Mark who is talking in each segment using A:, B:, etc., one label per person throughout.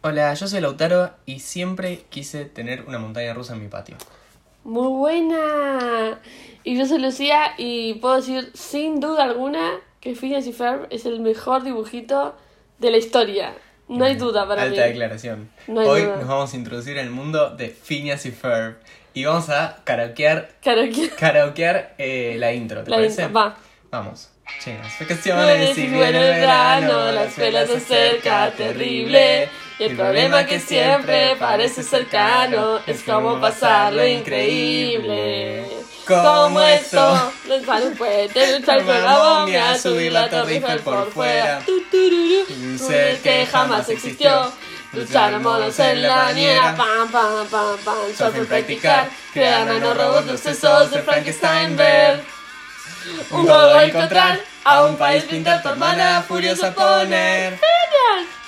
A: Hola, yo soy Lautaro y siempre quise tener una montaña rusa en mi patio.
B: Muy buena. Y yo soy Lucía y puedo decir sin duda alguna que Phineas y Ferb es el mejor dibujito de la historia. No hay duda para
A: Mm, Alta
B: mí.
A: declaración.
B: No hay
A: Hoy
B: duda.
A: nos vamos a introducir en el mundo de Phineas y Ferb y vamos a karaokear,
B: Claro que
A: karaokear eh, la intro, ¿te
B: la
A: parece?
B: intro, va.
A: Vamos. Llenas
B: Flores
A: vacaciones
B: y
A: y
B: viene
A: viene el verano, la escuela se acerca terrible. Y el problema que siempre parece cercano es cómo pasarlo increíble.
B: Como
A: ¿Cómo
B: eso,
A: eso?
B: lanzar un puente, luchar por la
A: Armar
B: momia,
A: momia,
B: subir la torre Eiffel por fuera. Tu, tururú,
A: Un
B: ser que jamás existió. Luchar a monos en la nieve, pam, pam, pam, pam. Solo por practicar, crear nanorobots, los sesos de Frankensteinberg.
A: Un modo de encontrar a un país pintar tu hermana furiosa poner.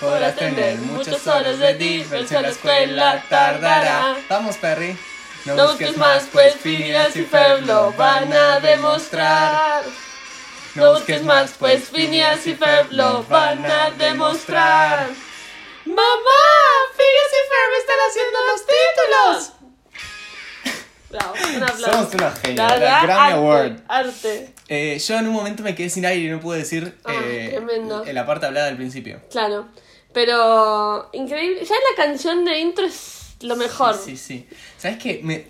A: Podrás tener muchas horas de diversión, la escuela tardará. Vamos, Perry. No,
B: No busques más, pues Phineas y Ferb lo van a demostrar. No busques más, pues Phineas y Ferb lo van a demostrar. ¡Mamá! ¡Phineas y Ferb están haciendo los títulos! Bravo, un aplauso.
A: Somos unos genios,
B: La
A: la
B: verdad,
A: Grammy
B: arte,
A: Award.
B: Arte,
A: Eh, yo en un momento me quedé sin aire y no pude decir
B: Ah,
A: eh,
B: tremendo.
A: en la parte hablada del principio.
B: claro. Pero increíble. Ya la canción de intro es lo mejor.
A: Sí, sí. ¿Sabes qué? Me,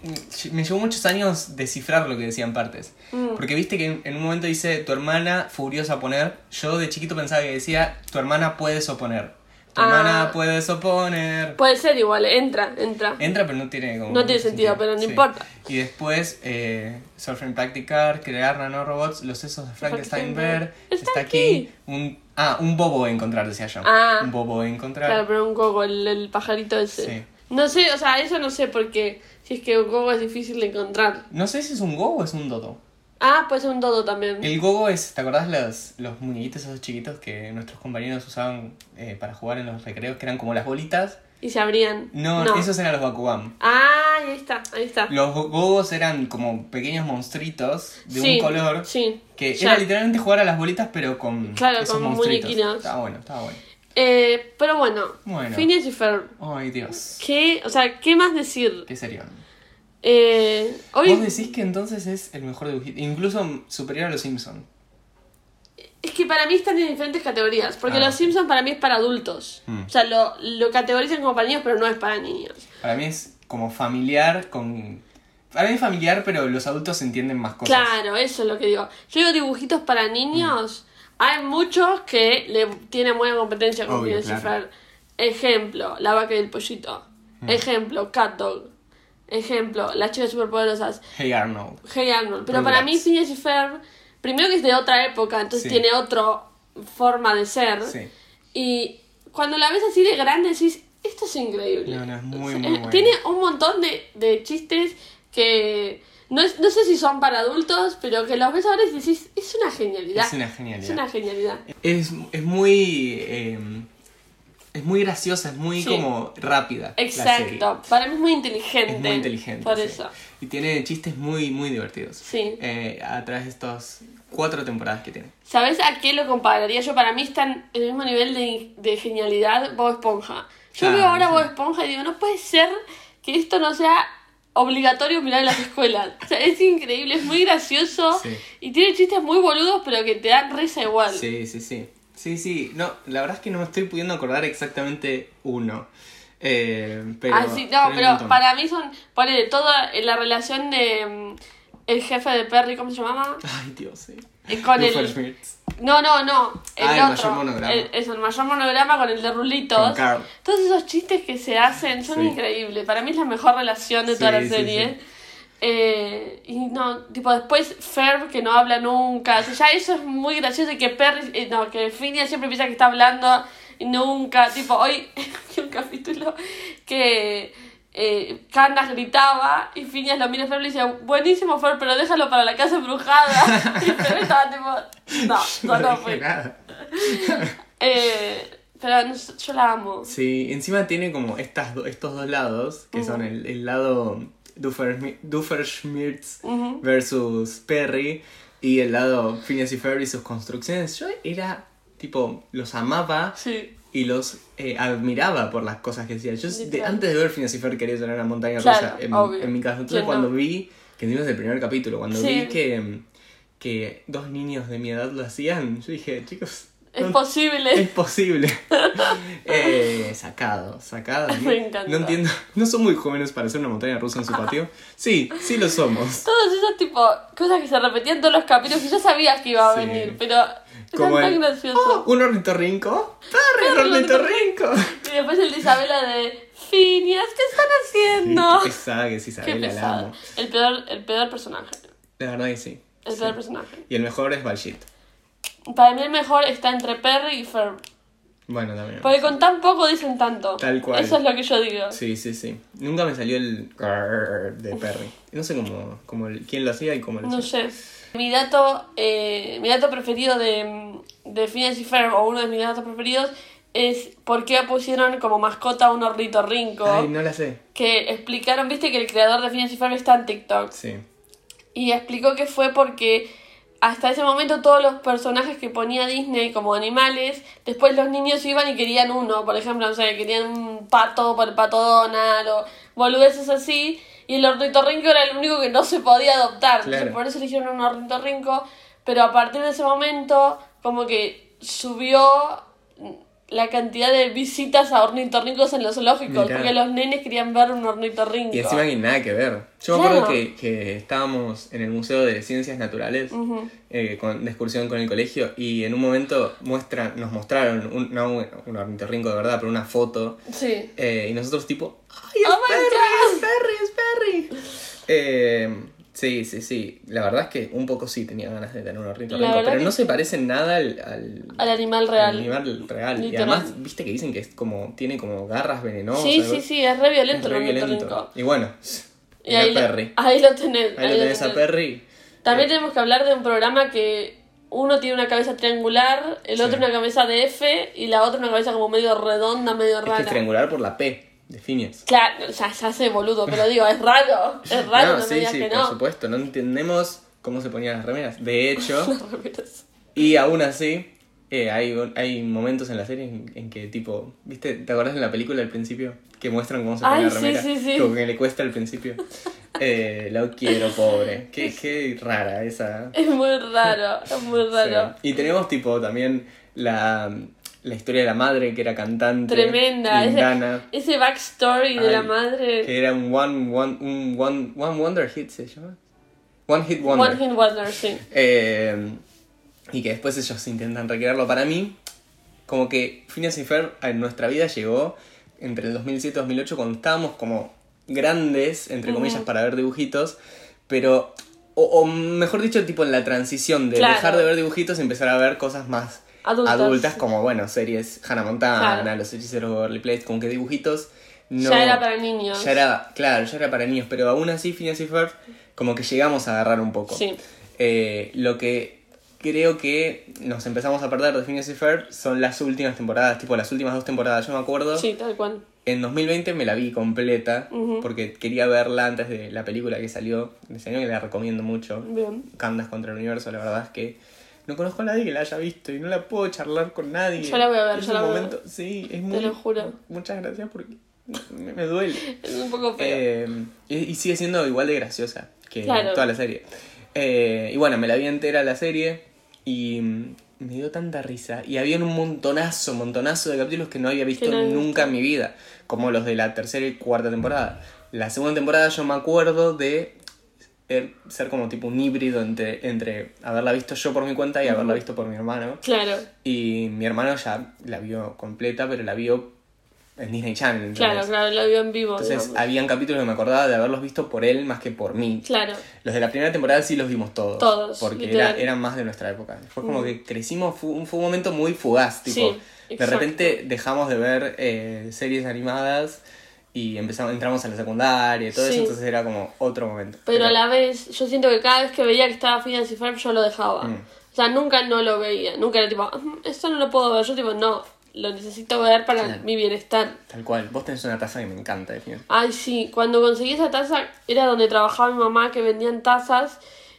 A: me llevó muchos años descifrar lo que decían partes.
B: Mm.
A: Porque viste que en, en un momento dice tu hermana furiosa a poner. Yo de chiquito pensaba que decía tu hermana puede oponer. Tu
B: Ah.
A: hermana puede oponer.
B: Puede ser igual, entra, entra.
A: Entra, pero no tiene como.
B: No tiene
A: mucho
B: sentido, pero no importa.
A: Y después, eh, Surfing Practicar, crear nanorobots, los sesos de Frankenstein ver.
B: Está
A: Está
B: aquí.
A: aquí. Un, ah, un bobo encontrar, decía yo.
B: Ah.
A: Un bobo encontrar.
B: Claro, pero un gogo, el, el pajarito ese.
A: Sí.
B: No sé, o sea, eso no sé porque si es que un gogo es difícil de encontrar.
A: No sé si es un gobo o es un dodo.
B: Ah, puede ser un dodo también.
A: El gogo es, ¿te acordás los, los muñequitos esos chiquitos que nuestros compañeros usaban eh, para jugar en los recreos, que eran como las bolitas?
B: Y se abrían.
A: No, esos eran los Bakugan.
B: Ah, ahí está, ahí está.
A: Los go- gogos eran como pequeños monstruitos de
B: Sí,
A: un color.
B: Sí.
A: Que
B: ya.
A: era literalmente jugar a las bolitas, pero con
B: Claro,
A: esos
B: con
A: monstruitos.
B: muñequinos.
A: Estaba bueno, estaba bueno.
B: Eh, pero bueno,
A: Bueno.
B: Phineas y Ferb.
A: Ay, Dios.
B: ¿Qué? O sea, ¿qué más decir?
A: Qué serio.
B: Eh, hoy
A: Vos decís que entonces es el mejor dibujito, incluso superior a los Simpsons.
B: es que para mí están en diferentes categorías. Porque
A: Ah.
B: Los Simpsons para mí es para adultos.
A: Mm.
B: O sea, lo, lo categorizan como para niños, pero no es para niños.
A: Para mí es como familiar con... Para mí es familiar, pero los adultos entienden más cosas.
B: Claro, eso es lo que digo. Yo digo dibujitos para niños. Hay muchos que le tienen buena competencia con
A: Obvio,
B: Phineas y
A: claro.
B: Ferb. Ejemplo, la vaca y el pollito.
A: Mm.
B: Ejemplo, Cat Dog. Ejemplo, las chicas superpoderosas.
A: Hey Arnold.
B: Hey Arnold. Pero
A: Rugrats.
B: para mí Phineas y Ferb, primero que es de otra época, entonces
A: Sí.
B: tiene otra forma de ser.
A: Sí.
B: Y cuando la ves así de grande decís, esto es increíble.
A: No, no, es muy,
B: O sea,
A: muy
B: eh,
A: bueno.
B: Tiene un montón de, de chistes que no, es- no sé si son para adultos, pero que los ves ahora y decís, es una genialidad.
A: Es una genialidad.
B: Es una genialidad.
A: Es, es muy... eh, es muy graciosa, es muy
B: Sí.
A: como rápida. la serie.
B: Exacto. Para mí es muy inteligente.
A: Es muy inteligente.
B: Por
A: sí.
B: eso.
A: Y tiene chistes muy, muy divertidos.
B: Sí.
A: Eh, a través de estas cuatro temporadas que tiene.
B: ¿Sabes a qué lo compararía yo? Para mí están en el mismo nivel de, de genialidad Bob Esponja. Yo
A: Claro,
B: veo ahora
A: sí.
B: Bob Esponja y digo, no puede ser que esto no sea obligatorio mirar en las escuelas. O sea, es increíble, es muy gracioso
A: Sí.
B: y tiene chistes muy boludos, pero que te dan risa igual.
A: Sí, sí, sí. Sí, sí. No, la verdad es que no me estoy pudiendo acordar exactamente uno. Eh, pero, pero hay
B: Así, Ah, no,
A: un
B: pero
A: montón.
B: para mí son, ponele, toda la relación de mm, el jefe de Perry, ¿cómo se llamaba?
A: Ay, Dios, sí.
B: Eh, Con
A: Rupert
B: el...
A: Schmertz.
B: No, no, no. El
A: Ah, el
B: otro.
A: mayor monograma.
B: El- es el mayor monograma con el de Rulitos.
A: Con Carl.
B: Todos esos chistes que se hacen son
A: Sí.
B: increíbles. Para mí es la mejor relación de toda
A: Sí,
B: la
A: sí,
B: serie.
A: sí.
B: Eh, y no, tipo después Ferb que no habla nunca. O sea, ya eso es muy gracioso y que Perry, eh, no, que Phineas siempre piensa que está hablando y nunca. Tipo, hoy hay un capítulo que eh, Candace gritaba y Phineas lo mira a Ferb y le dice, buenísimo Ferb, pero déjalo para la casa embrujada. y Ferb estaba tipo, no,
A: No
B: no, no
A: dije
B: fui.
A: nada.
B: Eh, pero no sé, yo la amo.
A: Sí, encima tiene como estas do- estos dos lados, que
B: Mm.
A: son el, el lado Duffer- Dufferschmirtz
B: Ujú.
A: versus Perry y el lado Phineas y Ferb y sus construcciones. Yo era tipo, los amaba
B: Sí.
A: y los eh, admiraba por las cosas que hacían. Yo
B: Sí,
A: de-
B: claro.
A: antes de ver Phineas y Ferb quería ser una montaña
B: Claro,
A: rusa en,
B: obvio.
A: en mi caso. Entonces
B: ¿Quién
A: cuando
B: no?
A: vi, que encima es el primer capítulo, cuando
B: Sí.
A: vi que, que dos niños de mi edad lo hacían, yo dije, chicos,
B: Es
A: no- es
B: posible.
A: posible. Eh, sacado, sacado. ¿no?
B: Me encantó.
A: No entiendo. No son muy jóvenes para hacer una montaña rusa en su patio. Sí, sí lo somos.
B: Todos esos tipo cosas que se repetían en todos los capítulos que ya sabías que iba a
A: Sí.
B: venir, pero eran
A: Como
B: tan
A: el- ¡Ah!
B: graciosos.
A: ¿Un ornitorrinco? ¡Perry, un ornitorrinco!
B: Y después el de Isabela de Finias, ¿qué están haciendo?
A: Qué pesada que es
B: Qué
A: Isabela, la
B: pesado.
A: amo.
B: El peor, el peor personaje.
A: La verdad que sí.
B: El peor personaje.
A: Y el mejor es Balshit.
B: Para mí el mejor está entre Perry y Ferb.
A: Bueno, también.
B: Porque con tan poco dicen tanto.
A: Tal cual.
B: Eso es lo que yo digo.
A: Sí, sí, sí. Nunca me salió el grrr de Perry. No sé cómo, cómo el- quién lo hacía y cómo lo
B: No
A: hacía.
B: sé. Mi dato, eh, mi dato preferido de, de Phineas y Ferb, o uno de mis datos preferidos, es por qué pusieron como mascota a un ornitorrinco.
A: Ay, no la sé.
B: Que explicaron, viste que el creador de Phineas y Ferb está en TikTok.
A: Sí.
B: Y explicó que fue porque hasta ese momento todos los personajes que ponía Disney como animales, después los niños iban y querían uno, por ejemplo, no sé, querían un pato por el pato Donald o boludeces así, y el ornitorrinco era el único que no se podía adoptar,
A: Claro.
B: entonces por eso eligieron un ornitorrinco, pero a partir de ese momento como que subió la cantidad de visitas a ornitorrincos en los zoológicos,
A: Mirá.
B: porque los nenes querían ver un ornitorrinco.
A: Y encima que nada que ver. Yo me
B: Claro.
A: acuerdo que, que estábamos en el Museo de Ciencias Naturales, eh, con, de excursión con el colegio, y en un momento muestra, nos mostraron, un, no un, un ornitorrinco de verdad, pero una foto,
B: Sí.
A: eh, y nosotros tipo, ¡Ay, es
B: Oh my
A: Perry, es Perry, es Perry! Eh, sí, sí, sí. La verdad es que un poco sí tenía ganas de tener un
B: La
A: ornitorrinco,
B: verdad
A: pero
B: que
A: no se parece nada al... al
B: Al animal real.
A: al animal real. Y
B: Literal.
A: además, viste que dicen que es como, tiene como garras venenosas.
B: Sí,
A: algo-
B: sí, sí, es re
A: es
B: violento
A: re
B: el
A: violento.
B: ornitorrinco.
A: Y bueno,
B: Y ahí,
A: y a
B: lo-
A: Perry.
B: ahí lo tenés.
A: Ahí
B: ahí
A: lo
B: lo
A: tenés a
B: tenés.
A: Perry.
B: También tenemos que hablar de un programa que uno tiene una cabeza triangular, el
A: Sí.
B: otro una cabeza de F y la otra una cabeza como medio redonda, medio
A: Es que es
B: rara.
A: triangular por la P de Phineas.
B: claro, ya, ya sé, boludo, pero digo, es raro. Es raro, no,
A: no,
B: me
A: sí,
B: digas
A: sí,
B: que
A: por
B: no.
A: supuesto. No entendemos cómo se ponían las remeras. De hecho,
B: Las remeras.
A: y aún así, eh, hay, un- hay momentos en la serie en, en que, tipo, ¿viste? ¿Te acordás de la película al principio? Que muestran cómo se pone
B: Ay,
A: la
B: sí,
A: remera.
B: sí, sí.
A: Como que le cuesta al principio. Eh, lo quiero, pobre. Qué, qué rara esa.
B: Es muy raro, es muy raro.
A: Sí. Y tenemos, tipo, también la, la historia de la madre que era cantante.
B: Tremenda.
A: Lindana.
B: Ese, ese backstory de
A: Ay,
B: la madre.
A: Que era un One, one, un one, one Wonder Hit, ¿se llama? One Hit Wonder.
B: One Hit Wonder, sí.
A: Eh, y que después ellos intentan recrearlo. Para mí, como que Phineas y Ferb en nuestra vida llegó entre el 2007 y 2008 cuando estábamos como grandes, entre comillas, para ver dibujitos, pero... O, o mejor dicho, tipo en la transición de
B: Claro.
A: dejar de ver dibujitos y empezar a ver cosas más
B: Adultas.
A: como, bueno, series Hannah Montana,
B: Claro.
A: Los Hechiceros de Beverly Place, como que dibujitos no...
B: Ya era para niños.
A: Ya era, claro, ya era para niños, pero aún así Phineas y Ferb como que llegamos a agarrar un poco.
B: Sí.
A: Eh, lo que creo que nos empezamos a perder de Phineas y Ferb son las últimas temporadas, tipo las últimas dos temporadas, yo me acuerdo.
B: Sí, tal cual.
A: En 2020 me la vi completa porque quería verla antes de la película que salió de ese año que la recomiendo mucho.
B: Bien.
A: Candas contra el universo, la verdad es que no conozco a nadie que la haya visto y no la puedo charlar con nadie.
B: Yo la voy a ver,
A: Es
B: yo
A: un
B: la voy a
A: momento- Sí, es muy...
B: lo juro.
A: Muchas gracias porque me, me duele.
B: Es un poco feo.
A: Eh, y, y sigue siendo igual de graciosa que
B: Claro.
A: toda la serie. Eh, y bueno, me la vi entera la serie y mm, me dio tanta risa. Y había un montonazo, montonazo de capítulos que no había visto
B: no había
A: nunca en mi vida, como los de la tercera y cuarta temporada. La segunda temporada yo me acuerdo de er- ser como tipo un híbrido entre, entre haberla visto yo por mi cuenta y haberla visto por mi hermano.
B: Claro.
A: Y mi hermano ya la vio completa, pero la vio en Disney Channel.
B: Claro,
A: ¿entendés?
B: claro, lo vio en vivo.
A: Entonces
B: digamos.
A: habían capítulos que me acordaba de haberlos visto por él más que por mí.
B: Claro,
A: Los de la primera temporada sí los vimos todos.
B: Todos,
A: Porque
B: literal. Mm.
A: era- eran más de nuestra época. Fue como que crecimos, fue un, fue un momento muy fugaz,
B: Sí,
A: tipo. de
B: exacto.
A: repente dejamos de ver eh, series animadas y empezamos, entramos a la secundaria y todo
B: Sí.
A: eso, entonces era como otro momento.
B: pero a la vez, yo siento que cada vez que veía que estaba Phineas y Ferb, yo lo dejaba.
A: Mm.
B: O sea, nunca no lo veía. Nunca era tipo, "Mm, esto no lo puedo ver. Yo, tipo, no, lo necesito ver para
A: Claro.
B: mi bienestar.
A: Tal cual. Vos tenés una taza que me encanta, de Phineas.
B: Ay, sí, cuando conseguí esa taza, era donde trabajaba mi mamá, que vendían tazas.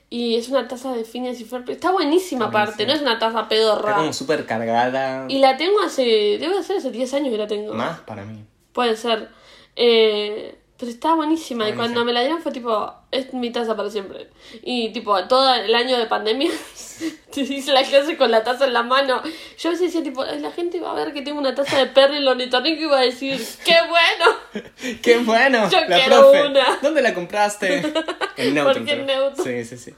B: Y es una taza de Phineas y Ferb. Está buenísima
A: Está
B: aparte,
A: buenísima.
B: no es una taza
A: Está
B: pedorra.
A: como súper cargada.
B: Y la tengo hace. Debe de ser hace 10 años que la tengo.
A: Más para mí.
B: Puede ser. Eh, pero está buenísima. Y
A: Buenísima.
B: cuando me la dieron fue tipo, es mi taza para siempre. Y tipo, todo el año de pandemia te hice la clase con la taza en la mano. Yo a veces decía tipo, "Ay, la gente va a ver que tengo una taza de perro y el ornitorrinco y va a decir, ¡qué bueno!
A: ¡Qué bueno!
B: Yo
A: la
B: quiero
A: profe.
B: una.
A: ¿Dónde la compraste? En Neutron.
B: Porque
A: creo.
B: en Neutron.
A: Sí, sí, sí.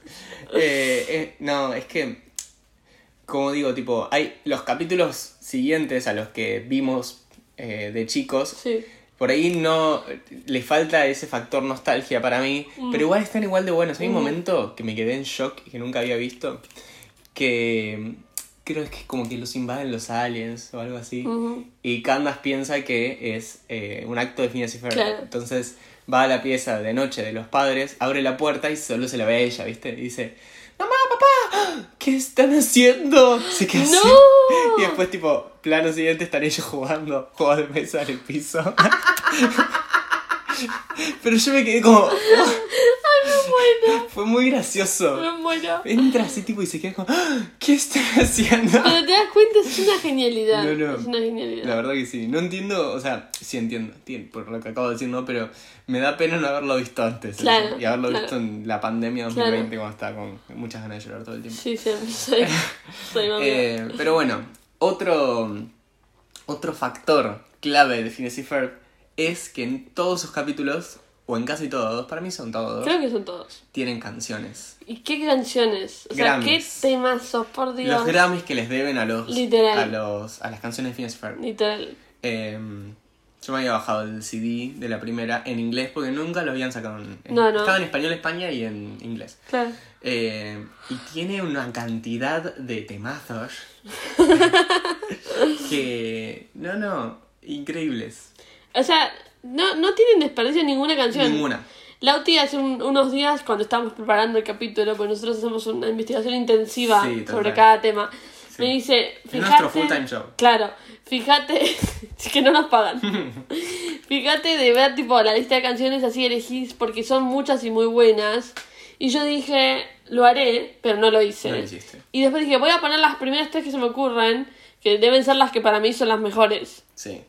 A: Eh, eh, no, es que. Como digo, tipo, hay los capítulos siguientes a los que vimos eh, de chicos.
B: Sí.
A: Por ahí no. Le falta ese factor nostalgia para mí.
B: Mm.
A: Pero igual están igual de buenos. Hay un momento que me quedé en shock y que nunca había visto. Que. Creo que es como que los invaden los aliens o algo así.
B: Ujú.
A: Y Candace piensa que es eh, un acto de Phineas y Ferb.
B: Claro.
A: Entonces va a la pieza de noche de los padres, abre la puerta y solo se la ve a ella, ¿viste? Y dice, mamá, papá, ¿qué están haciendo? Se queda así.
B: ¡No!
A: Y después, tipo, plano siguiente están ellos jugando juegos de mesa en el piso. Pero yo me quedé como,
B: Bueno,
A: fue muy gracioso.
B: me muero.
A: Entra así, tipo, y se queda como, "Ah, ¿qué están haciendo?
B: Pero te das cuenta, es una genialidad.
A: No, no.
B: Es una genialidad.
A: La verdad que sí. No entiendo, o sea, sí entiendo, entiendo, por lo que acabo de decir, no, pero me da pena no haberlo visto antes.
B: Claro,
A: eso. y haberlo
B: claro.
A: visto en la pandemia 2020 cuando estaba con muchas ganas de llorar todo el tiempo.
B: Sí, sí, soy, soy mamá.
A: Eh, pero bueno, otro, otro factor clave de Phineas y Ferb es que en todos sus capítulos, o en casi todos, para mí son todos,
B: Creo que son todos.
A: tienen canciones.
B: ¿Y qué canciones? O sea,
A: Grammys.
B: qué temazos, por Dios.
A: Los Grammys que les deben a los,
B: Literal.
A: a los a las canciones de Phineas y Ferb.
B: Literal.
A: Em, yo me había bajado el CD de la primera en inglés porque nunca lo habían sacado en, en-
B: No, no.
A: Estaba en español España y en inglés.
B: Claro.
A: Eh, y tiene una cantidad de temazos que... No, no, increíbles.
B: O sea, no, no tienen desperdicio en ninguna canción.
A: Ninguna.
B: Lauti hace un- unos días, cuando estábamos preparando el capítulo, pues nosotros hacemos una investigación intensiva
A: Sí, total.
B: sobre cada tema. Me dice,
A: Es
B: fíjate.
A: nuestro full-time job.
B: Claro, fíjate que no nos pagan. fíjate de ver tipo la lista de canciones así elegís porque son muchas y muy buenas. Y yo dije, lo haré, pero no lo hice.
A: No lo hiciste.
B: Y después dije, voy a poner las primeras tres que se me ocurren, que deben ser las que para mí son las mejores.
A: Sí.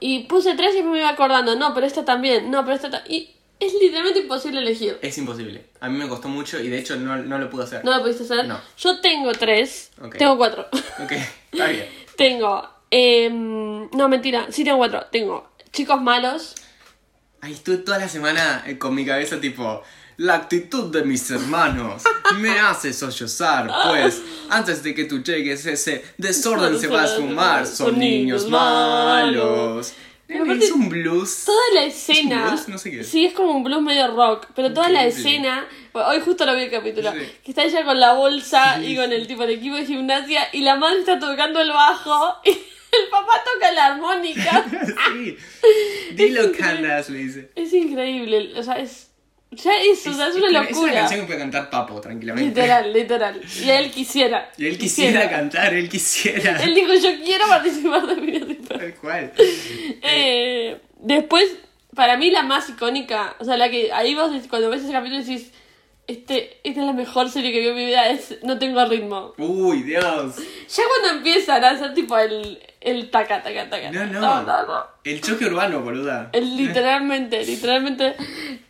B: Y puse tres y me iba acordando, no, pero esta también, no, pero esta también. Y es literalmente imposible elegir.
A: Es imposible. A mí me costó mucho y de hecho no, no lo pude hacer.
B: ¿No lo pudiste hacer?
A: No.
B: Yo tengo tres.
A: Ok.
B: Tengo cuatro.
A: Ok, está bien.
B: tengo. em, no, mentira. Sí, tengo cuatro. Tengo Chicos Malos.
A: Ahí estuve toda la semana eh, con mi cabeza tipo, la actitud de mis hermanos me hace sollozar, pues antes de que tú llegues ese desorden se va a sumar, son niños malos.
B: Pero
A: Nene,
B: aparte-
A: Es un blues.
B: Toda la escena.
A: blues? No sé qué es.
B: Sí, es como un blues medio rock. Pero toda la
A: Increíble.
B: escena. bueno, Hoy justo lo vi el capítulo.
A: Sí.
B: Que está ella con la bolsa y con el tipo de equipo de gimnasia. Y la madre está tocando el bajo. Y el papá toca la armónica.
A: sí. Dilo, Candace, le dice.
B: es increíble. O sea, es. Ya es, o sea, es
A: increíble. Es
B: una
A: una
B: locura.
A: canción que puede cantar Papo, tranquilamente.
B: Literal, literal. Y él quisiera.
A: Y él quisiera, cantar, él quisiera.
B: Él dijo, yo quiero participar de Phineas y Ferb".
A: Tal cual.
B: Eh, después, para mí la más icónica, o sea, la que ahí vos decís- cuando ves ese capítulo decís, este, esta es la mejor serie que vi en mi vida, es No tengo ritmo.
A: Uy, Dios.
B: Ya cuando empiezan a hacer tipo el, el taca, taca, taca.
A: No, no.
B: no.
A: El choque urbano, boluda.
B: El- literalmente, literalmente.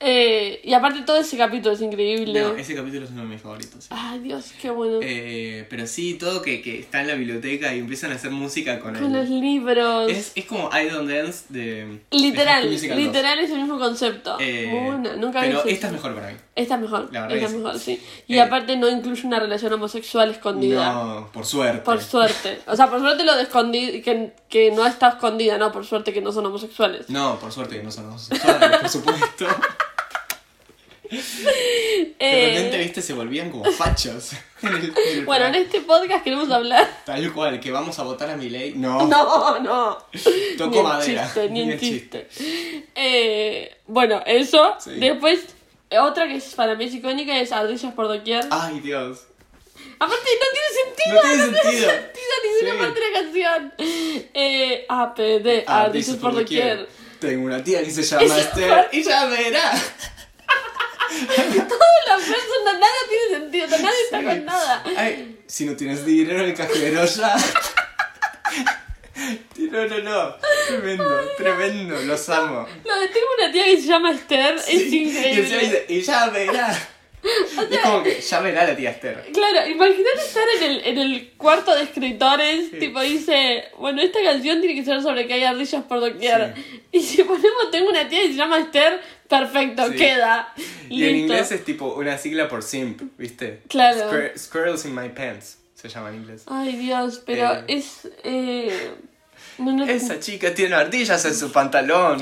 B: eh, y aparte todo ese capítulo es increíble.
A: No, ese capítulo es uno de mis favoritos.
B: Ay, Dios, qué bueno.
A: Eh, pero sí, todo que, que está en la biblioteca y empiezan a hacer música con,
B: Con los
A: él.
B: libros.
A: Es, es como I Don't Dance de.
B: Literal,
A: de High School Musical 2.
B: literal es el mismo concepto.
A: Eh,
B: Muy buena, nunca había
A: pero
B: visto
A: esta es
B: eso.
A: mejor para mí.
B: Esta es mejor,
A: La verdad
B: esta es
A: que sí.
B: mejor, sí. Y
A: Eh,
B: aparte no incluye una relación homosexual escondida.
A: No, por suerte.
B: Por suerte. O sea, por suerte lo de escondi- que, que no está escondida, no, por suerte que no son homosexuales.
A: No, por suerte que no son homosexuales, por supuesto. De repente,
B: Eh,
A: viste, se volvían como fachos. en el- en el
B: bueno, en
A: programa.
B: este podcast queremos hablar.
A: Tal cual, que vamos a votar a mi ley. No,
B: No, no.
A: Tocó
B: Ni en
A: madera,
B: chiste, ni
A: ni
B: en
A: en
B: chiste. Eh, bueno, eso.
A: Sí.
B: Después, otra que es para mí es icónica es Ardillas por doquier.
A: Ay, Dios.
B: Aparte, no tiene sentido.
A: Ah. No tiene sentido.
B: sentido ninguna
A: Sí.
B: parte de la canción. Eh, APD,
A: Ah,
B: Ardillas por doquier.
A: Tengo una tía que se
B: Eso
A: llama Esther. Ella verá.
B: Todos los personas, nada tiene sentido, nadie está con nada.
A: Ay, si no tienes dinero en el cajero ya. No, no, no. Tremendo, tremendo. Los amo.
B: No, tengo una tía que se llama Esther, es
A: Sí, Y, encima
B: increíble.
A: dice, y ya verá. Y es como que ya verá la tía Esther.
B: Claro, imagínate estar en el, en el cuarto de escritores,
A: Sí.
B: tipo dice, bueno, esta canción tiene que ser sobre que hay ardillas por doquier. Y si ponemos, tengo una tía que se llama Esther, perfecto,
A: Sí.
B: queda.
A: Y en inglés es tipo una sigla por simp, ¿viste?
B: Claro. Ah.
A: Squir- squirrels in my pants se llama en inglés.
B: Ay, Dios, pero
A: Eh.
B: es... Eh... No, no,
A: Esa chica tiene ardillas en su pantalón.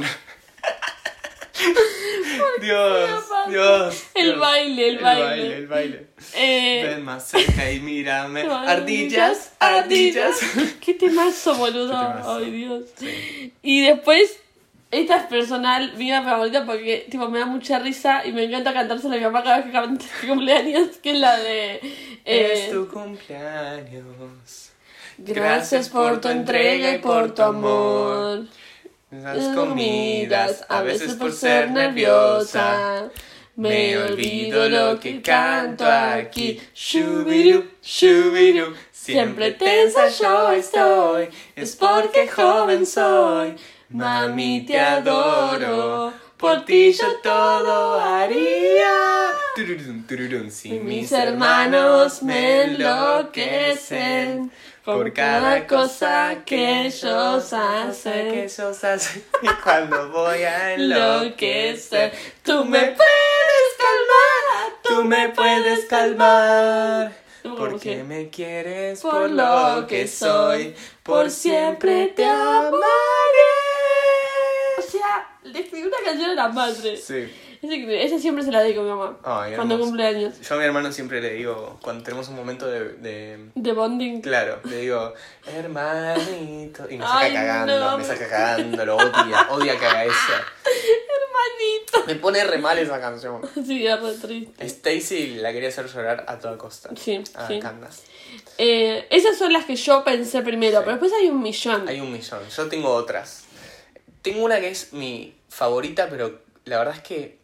A: Dios,
B: pasa?
A: Dios.
B: El
A: Dios.
B: baile, el baile.
A: El baile,
B: eh,
A: Ven más cerca y mírame.
B: Ardillas,
A: Ardillas, ardillas.
B: Qué temazo, boludo.
A: Qué temazo.
B: Ay, Dios.
A: Sí.
B: Y después, esta es personal, mía favorita, porque tipo, me da mucha risa y me encanta cantársela a mi mamá cada vez que canta mi cumpleaños, que es la de. eh,
A: Es tu cumpleaños.
B: gracias por tu entrega y por tu amor.
A: Las comidas, a veces por ser nerviosa. Me olvido lo que canto aquí. Shubiru, shubiru. Siempre tensa yo estoy. Es porque joven soy. Mami, te adoro. Por ti yo todo haría. Tururum, tururum. Si mis hermanos me enloquecen. Por cada cosa que ellos hacen. Que ellos hacen. Y cuando voy a enloquecer.
B: Tú me puedes calmar.
A: Tú me puedes calmar.
B: No me acuerdo cómo
A: Porque
B: sigue.
A: me quieres por lo que soy. Por siempre te amaré.
B: O sea, le escribí una canción a la madre.
A: Sí.
B: Es increíble. Esa siempre se la dedico a mi mamá.
A: Ay,
B: cuando
A: hermoso.
B: cumple años.
A: Yo a mi hermano siempre le digo, cuando tenemos un momento de. de-
B: De bonding.
A: Claro, le digo, hermanito. Y me saca
B: Ay,
A: cagando,
B: no,
A: me
B: me-
A: saca cagando, lo odia, odia que haga eso.
B: Hermanito.
A: Me pone re mal esa canción.
B: Sí, era re triste.
A: Stacy la quería hacer llorar a toda costa.
B: Sí,
A: A
B: sí.
A: Candace.
B: Eh, esas son las que yo pensé primero, pero después hay un millón.
A: Hay un millón. Yo tengo otras. Tengo una que es mi favorita, pero la verdad es que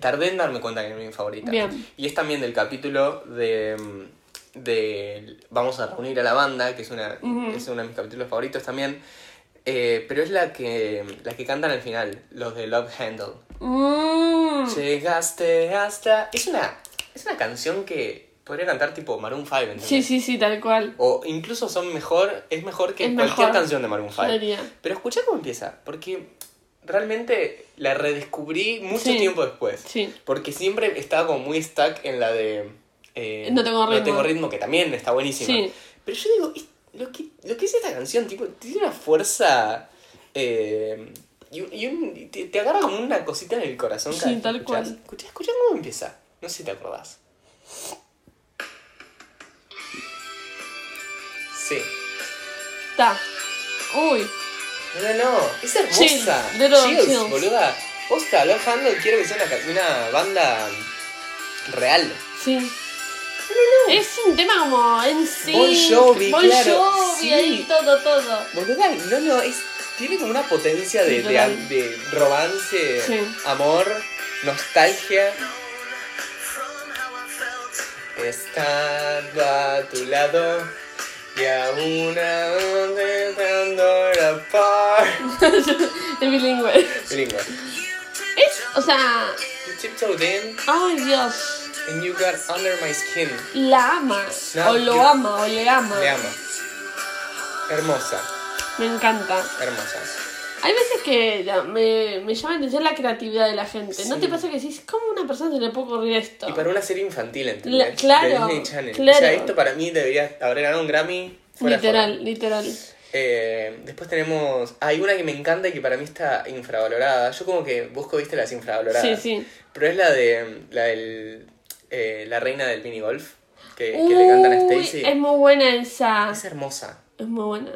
A: tardé en darme cuenta que era mi favorita.
B: Bien.
A: Y es también del capítulo de, mm, de Vamos a reunir a la banda, que es, una, es uno de mis capítulos favoritos también. Eh, pero es la que, la que cantan al final, los de Love Handle.
B: Mm.
A: Llegaste hasta... Es una, es una canción que podría cantar tipo Maroon 5, ¿entendés?
B: Sí, sí, sí, tal cual.
A: O incluso son mejor, es mejor que
B: Es
A: cualquier
B: mejor.
A: canción de Maroon 5.
B: Sería.
A: Pero escuchá cómo empieza, porque realmente la redescubrí mucho
B: Sí.
A: tiempo después.
B: Sí.
A: Porque siempre estaba como muy stuck en la de... eh,
B: No tengo ritmo.
A: que también está buenísima.
B: Sí.
A: Pero yo digo, es- lo que, lo que es esta canción, tipo, tiene una fuerza... eh, y, un- y un- te, te agarra como una cosita en el corazón. cada
B: Sí,
A: vez que
B: tal
A: escuchás.
B: cual.
A: Escuchá, escuchá cómo empieza. No sé si te acordás. Sí.
B: Está. Uy.
A: No, no, no, es hermosa.
B: Chill, little
A: Chills,
B: chills.
A: boluda. Posta, Love Handle quiero que sea una, ca- una banda real.
B: Sí. Es un tema como en sí.
A: Bon Jovi, claro, sí.
B: ahí todo, todo.
A: Boluda, no, no, es, tiene como una potencia de, de,
B: Literal.
A: de romance,
B: Sí.
A: amor, nostalgia. Estando a tu lado y aún aún dejando la par.
B: Es bilingüe.
A: Bilingüe.
B: Es, o sea.
A: You tiptoed in
B: Ay, Dios.
A: and you got under my skin.
B: La ama.
A: No,
B: o lo
A: yo-
B: ama, o le ama.
A: Te amo. Hermosa,
B: Me encanta.
A: hermosa.
B: Hay veces que ya, me, me llama la atención la creatividad de la gente. ¿No
A: Sí.
B: te pasa que decís, cómo a una persona se le puede ocurrir esto?
A: Y para una serie infantil, ¿entendés?
B: La- claro,
A: De Disney Channel.
B: claro.
A: O sea, esto para mí debería haber ganado un Grammy. fuera de
B: literal,
A: joda.
B: literal.
A: Eh, después tenemos. Hay una que me encanta y que para mí está infravalorada. Yo como que busco, viste, las infravaloradas.
B: Sí, sí.
A: Pero es la de. La del. eh, la reina del mini golf. Que, que le cantan a
B: Uy,
A: Stacy.
B: Es muy buena esa.
A: Es hermosa.
B: Es muy buena.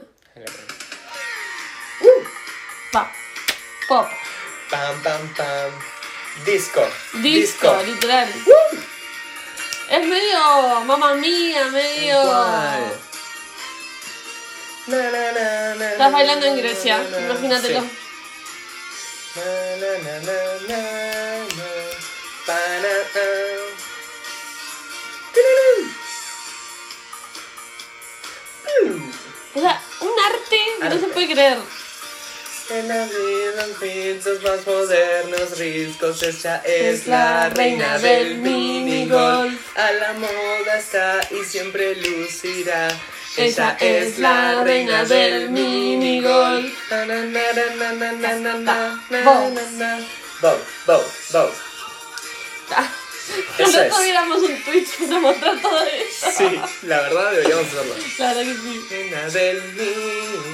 B: Pa. Pop.
A: Pam, pam, pam. Disco.
B: Disco, literal. Es medio mamá mía, medio.
A: Igual. Na, na, na, na,
B: Estás
A: na,
B: bailando en
A: na,
B: Grecia,
A: na, na.
B: imagínatelo.
A: Sí. Na, na, na, na, na, na. Pa, na,
B: O sea, un arte que no se puede creer.
A: En la vida, en pizzas más modernos, riscos, ella es, la reina del minigol. A la moda está y siempre lucirá. Ella es la reina del minigol. Na, na, na, na, na, na, na, na, na,
B: Vox.
A: na, na. Vox, Vox, Vox.
B: Ah,
A: Eso es.
B: Ojalá tuviéramos un Twitch que nos mostrara todo eso.
A: Sí, la verdad deberíamos hacerlo.
B: La verdad que sí.
A: Reina del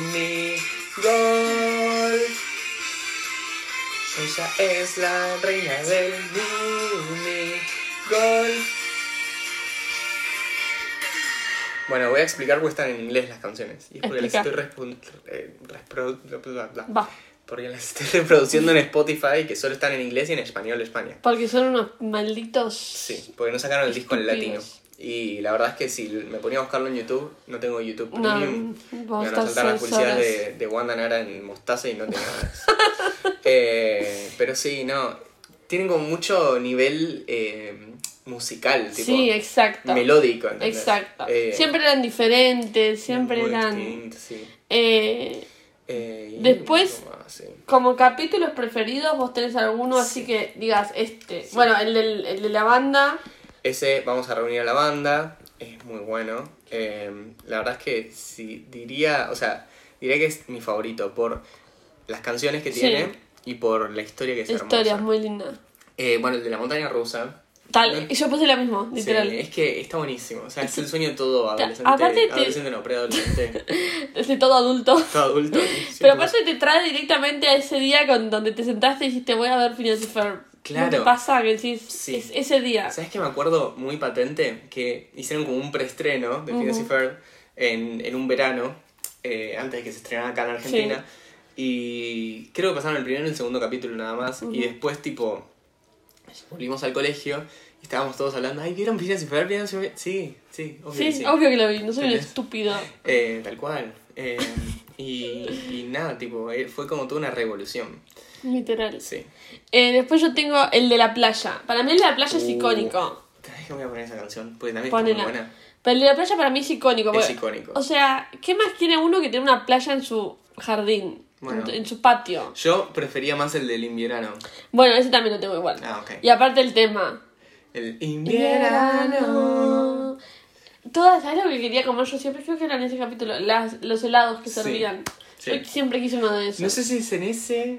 A: minigol. Ella es la reina del minigol. Bueno, voy a explicar porque están en inglés las canciones. Y es porque las estoy,
B: Explica.
A: respun- eh, resprodu- bla, bla, bla.
B: Va,
A: porque las estoy reproduciendo en Spotify que solo están en inglés y en español de España.
B: porque son unos malditos.
A: Sí, porque no sacaron el disco en latino.
B: Estúpidos.
A: Y la verdad es que si me ponía a buscarlo en YouTube, no tengo YouTube
B: No,
A: Premium.
B: vamos
A: me
B: a
A: van a
B: estar
A: saltar Mm. las
B: seis
A: publicidades
B: horas.
A: de, de Wanda Nara en Mostaza y no tengo nada. eh, pero sí, no. Tienen como mucho nivel eh, musical, tipo,
B: Sí, exacto.
A: melódico. ¿entendés?
B: Exacto.
A: Eh,
B: siempre eran diferentes, siempre
A: muy
B: eran.
A: distinto, sí.
B: Eh,
A: Eh, y
B: Después-
A: como así.
B: como capítulos preferidos, vos tenés alguno así que digas este. Bueno, el, del- el de la banda.
A: Ese vamos a reunir a la banda, es muy bueno. Eh, la verdad es que sí, diría, o sea, diría que es mi favorito por las canciones que
B: Sí.
A: tiene y por la historia que es
B: Historias
A: hermosa.
B: muy lindas.
A: Eh, bueno, el de la montaña rusa.
B: Tal, y yo puse la misma,
A: Sí,
B: literal.
A: es que está buenísimo. O sea, es el sueño de todo adolescente.
B: aparte te-
A: adolescente no, preadolescente.
B: Desde todo adulto.
A: todo adulto.
B: Pero
A: siempre-
B: aparte te trae directamente a ese día con donde te sentaste y dijiste voy a ver Phineas y Ferb.
A: Claro.
B: ¿No te pasa que decís
A: Sí.
B: "Es ese día?
A: ¿Sabes que me acuerdo muy patente? Que hicieron como un preestreno de Phineas y Ferb en, en un verano, eh, antes de que se estrenara acá en Argentina. Y creo que pasaron el primero y el segundo capítulo nada más. Y después, tipo, volvimos al colegio y estábamos todos hablando. Ay, ¿vieron Phineas y Ferb? ¿Vieron Phineas y Ferb?" Sí, sí, obvio.
B: sí,
A: que sí.
B: obvio que lo vi, no soy un
A: ¿Entendés?
B: estúpido.
A: Eh, tal cual. Eh, y, y nada, tipo, eh, fue como toda una revolución.
B: Literal.
A: Sí.
B: Eh, después yo tengo el de la playa. Para mí el de la playa es
A: Uh.
B: icónico.
A: ¿Sabes que voy a poner esa canción? Porque también
B: Ponela.
A: está muy buena.
B: Pero el de la playa para mí es icónico.
A: Es
B: porque-
A: icónico.
B: O sea, ¿qué más quiere uno que tener una playa en su jardín?
A: Bueno.
B: En su patio.
A: Yo prefería más el del invierno.
B: Bueno, ese también lo tengo igual.
A: Ah, ok.
B: Y aparte el tema.
A: El invierno.
B: Verano. Todas, ¿sabes lo que quería comer yo siempre? Creo que era en ese capítulo. Las, los helados que
A: Sí,
B: servían.
A: sí.
B: Yo siempre quise uno de esos.
A: No sé si es en ese.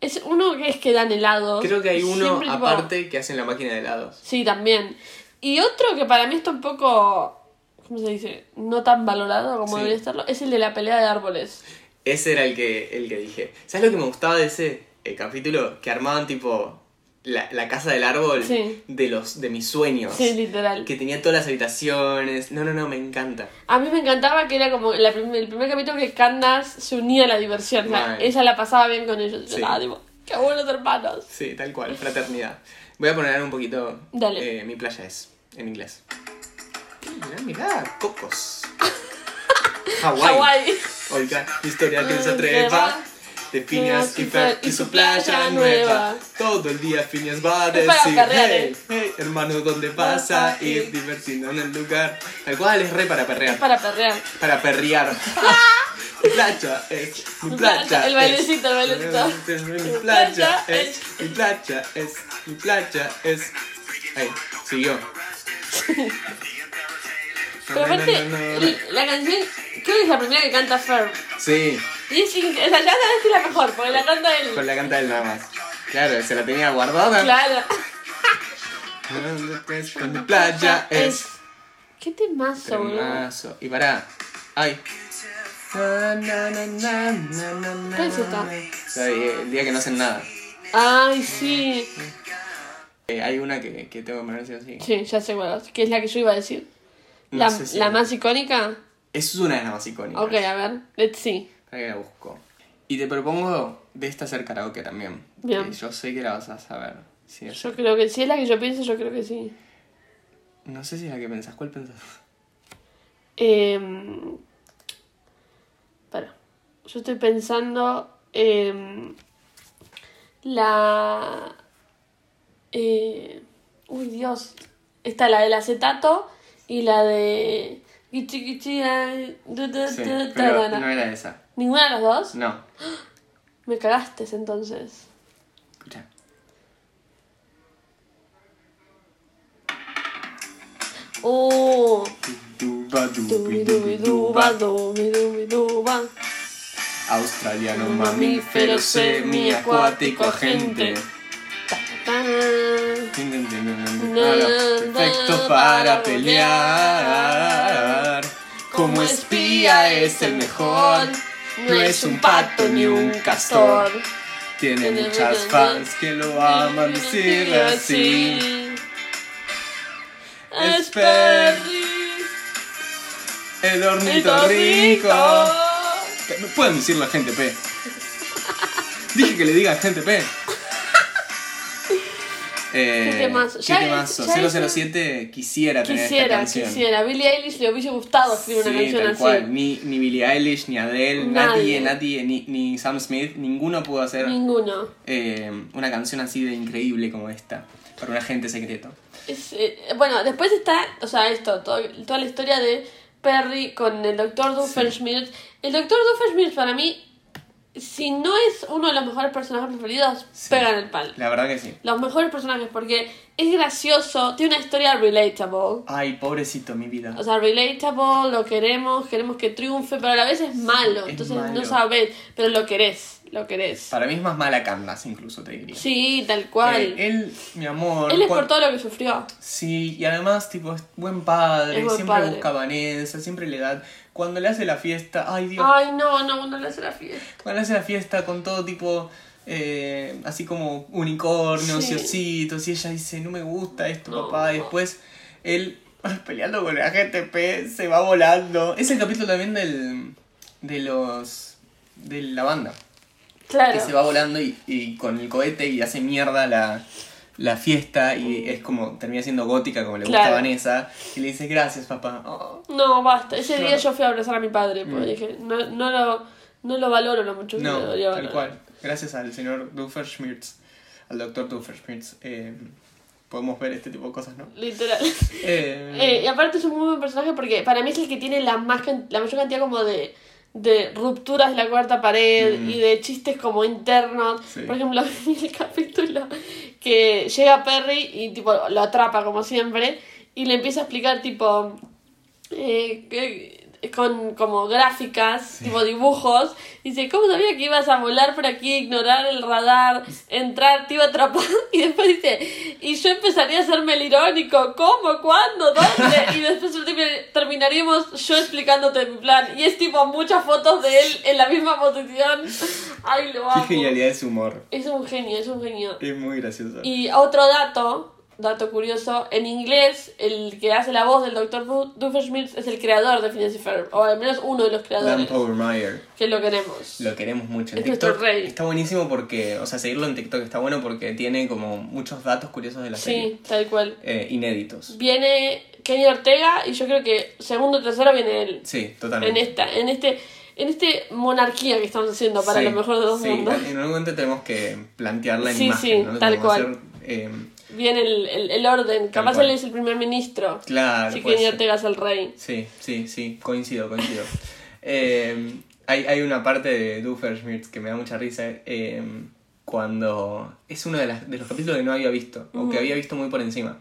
B: Es uno que es que dan helados.
A: Creo que hay uno
B: Siempre, tipo,
A: aparte que hacen la máquina de helados.
B: Sí, también. Y otro que para mí está un poco. ¿Cómo se dice? No tan valorado como
A: Sí.
B: debería estarlo. Es el de la pelea de árboles.
A: Ese era el que, el que dije. ¿Sabes lo que me gustaba de ese eh, capítulo? Que armaban tipo la, la casa del árbol
B: Sí.
A: de los de mis sueños.
B: Sí, literal.
A: Que tenía todas las habitaciones. No, no, no, me encanta.
B: A mí me encantaba que era como la prim- el primer capítulo que Candace se unía a la diversión. O sea,
A: Mal.
B: ella la pasaba bien con ellos. Yo
A: Sí.
B: estaba tipo, qué buenos hermanos.
A: Sí, tal cual, fraternidad. Voy a poner un poquito.
B: Dale.
A: eh, mi playa es, en inglés. Mirá, mirá, cocos. Hawái.
B: Hawái.
A: Oiga, historia que se atreva. De Phineas y Fer y su playa nueva. Todo el día Phineas va a
B: Es para
A: decir:
B: perrear,
A: Hey,
B: eh.
A: hey, hermano, ¿dónde vas a ir? Divertido en el lugar. Tal cual es re para
B: Es
A: perrear.
B: para perrear.
A: Para perrear. Mi playa es. Mi playa
B: El bailecito, el
A: es,
B: bailecito.
A: Mi playa es. Mi playa es. Mi playa es. Ahí, siguió.
B: Pero aparte,
A: No, no, no, no.
B: el- la canción, creo que es la primera que canta Ferb.
A: Sí,
B: Y es inc- o sea, ya sabes que es la mejor, porque la canta él.
A: con la canta del nada más. Claro, se la tenía guardada.
B: Claro.
A: Mi playa es.
B: Qué temazo, boludo.
A: Temazo. Y pará. Ay. ¿Cuál
B: es esta?
A: El día que no hacen nada.
B: Ay, sí.
A: Eh, hay una que, que tengo que poner sí o sí.
B: Sí, ya sé cuál es, que es la que yo iba a decir.
A: No
B: la
A: sé si-
B: la más icónica.
A: Es una de las más icónicas.
B: Ok, a ver, let's see.
A: Ahí la busco. Y te propongo de esta hacer karaoke también.
B: Bien.
A: Que yo sé que la vas a saber. Sí, es-
B: Yo creo que sí, es la que yo pienso, yo creo que sí.
A: No sé si es la que pensás. ¿Cuál pensás?
B: Eh, para. Yo estoy pensando. em, la. eh, uy, Dios. Está la del acetato y la de. Gichi, gichi, ay, du, du,
A: Sí,
B: du,
A: pero
B: tarana.
A: no era esa.
B: ¿Ninguna de las dos?
A: No.
B: Me cagaste entonces.
A: Escucha.
B: Oh.
A: Duba, dubi, dubi,
B: Dubi, dubi, duba,
A: duba.
B: dubi, dubi, duba.
A: Australiano mamífero semiacuático agente.
B: Ta, ta, ta.
A: Perfecto para pelear. Como espía es el mejor.
B: No es un pato ni un castor.
A: Tiene muchas fans que lo aman decir así.
B: Es Perry.
A: El hornito
B: Rico.
A: rico. No pueden decir la gente P. Dije que le digan gente P. Eh,
B: Qué temazo.
A: qué
B: Ya es-
A: temazo.
B: ya es-
A: 007 quisiera tener esta
B: Quisiera,
A: canción.
B: quisiera. Billie Eilish le hubiese gustado escribir una
A: Sí,
B: canción
A: tal
B: así.
A: cual. Ni, ni Billie Eilish, ni Adele, nadie, nadie,
B: Nadie.
A: ni, ni Sam Smith, ninguno pudo hacer
B: Ninguno.
A: eh, una canción así de increíble como esta para un agente secreto.
B: Es, eh, bueno, después está, o sea, esto, todo- toda la historia de Perry con el doctor Doofenshmirtz. El doctor Doofenshmirtz para mí, si no es uno de los mejores personajes preferidos,
A: Sí.
B: pegan el palo.
A: La verdad que sí.
B: Los mejores personajes porque es gracioso, tiene una historia relatable.
A: Ay, pobrecito, mi vida.
B: O sea, relatable, lo queremos, queremos que triunfe, pero a la vez es malo,
A: Es
B: entonces
A: malo.
B: no sabes, pero lo querés, lo querés.
A: para mí es más mala Candace, incluso te diría.
B: Sí, tal cual.
A: Eh, él, mi amor.
B: Él es
A: cuan-
B: por todo lo que sufrió.
A: Sí, y además, tipo, es buen padre,
B: Es buen
A: siempre
B: padre.
A: busca a Vanessa, siempre le da. Cuando le hace la fiesta, ay Dios,
B: Ay, no, no, no le hace la fiesta.
A: cuando le hace la fiesta con todo tipo, eh, así como unicornios
B: Sí.
A: y ositos, y ella dice, no me gusta esto,
B: No.
A: papá, y después él peleando con la GTP se va volando. Es el capítulo también del. de los. de la banda,
B: Claro.
A: que se va volando y, y con el cohete y hace mierda la. la fiesta y es como termina siendo gótica como le gusta
B: Claro.
A: a Vanessa y le dice gracias papá Oh.
B: No, basta. Ese día
A: Claro.
B: yo fui a abrazar a mi padre, porque
A: Mm.
B: dije, no, no, lo, no lo valoro lo mucho que
A: No,
B: lo debería
A: tal
B: valorar.
A: cual. Gracias al señor Doofenshmirtz, al doctor Doofenshmirtz, eh, podemos ver este tipo de cosas, ¿no?
B: Literal. Eh,
A: Eh,
B: y aparte es un muy buen personaje porque para mí es el que tiene la, más can- la mayor cantidad como de, de rupturas de la cuarta pared
A: Mm.
B: y de chistes como internos.
A: Sí.
B: Por ejemplo, en el capítulo que llega Perry y tipo lo atrapa como siempre y le empieza a explicar tipo... eh, que- con como gráficas, tipo dibujos, dice, ¿cómo sabía que ibas a volar por aquí, ignorar el radar, entrar, te iba a atrapar? Y después dice, y yo empezaría a hacerme el irónico, ¿cómo? ¿Cuándo? ¿Dónde? Y después ultim- terminaríamos yo explicándote mi plan. Y es tipo muchas fotos de él en la misma posición. Ay, lo
A: qué
B: amo.
A: genialidad de su humor.
B: Es un genio, es un genio.
A: Es muy gracioso.
B: Y otro dato, dato curioso, en inglés el que hace la voz del Dr. Du- Doofenshmirtz es el creador de Phineas y Ferb, o al menos uno de los
A: Dan
B: creadores,
A: Powermeyer.
B: que lo queremos.
A: Lo queremos mucho. En
B: Este Es nuestro
A: TikTok
B: rey.
A: está buenísimo porque, o sea, seguirlo en TikTok está bueno porque tiene como muchos datos curiosos de la serie.
B: Sí, tal cual.
A: eh, inéditos.
B: Viene Kenny Ortega y yo creo que segundo o tercero viene él.
A: Sí,
B: En
A: totalmente.
B: esta, en este, en este monarquía que estamos haciendo para
A: Sí,
B: lo mejor de los
A: sí,
B: mundos.
A: En algún momento tenemos que plantear la
B: Sí,
A: imagen,
B: sí,
A: ¿no?
B: tal
A: Como
B: cual.
A: hacer, eh,
B: Viene el, el, el orden,
A: Tal
B: capaz
A: cual.
B: él es el primer ministro.
A: claro.
B: si
A: puede
B: Kenny
A: ser.
B: Ortega es el rey.
A: Sí, sí, sí, coincido, coincido. Eh, hay, hay una parte de Doofenshmirtz que me da mucha risa eh, cuando es uno de, las- de los capítulos que no había visto, o que había visto muy por encima,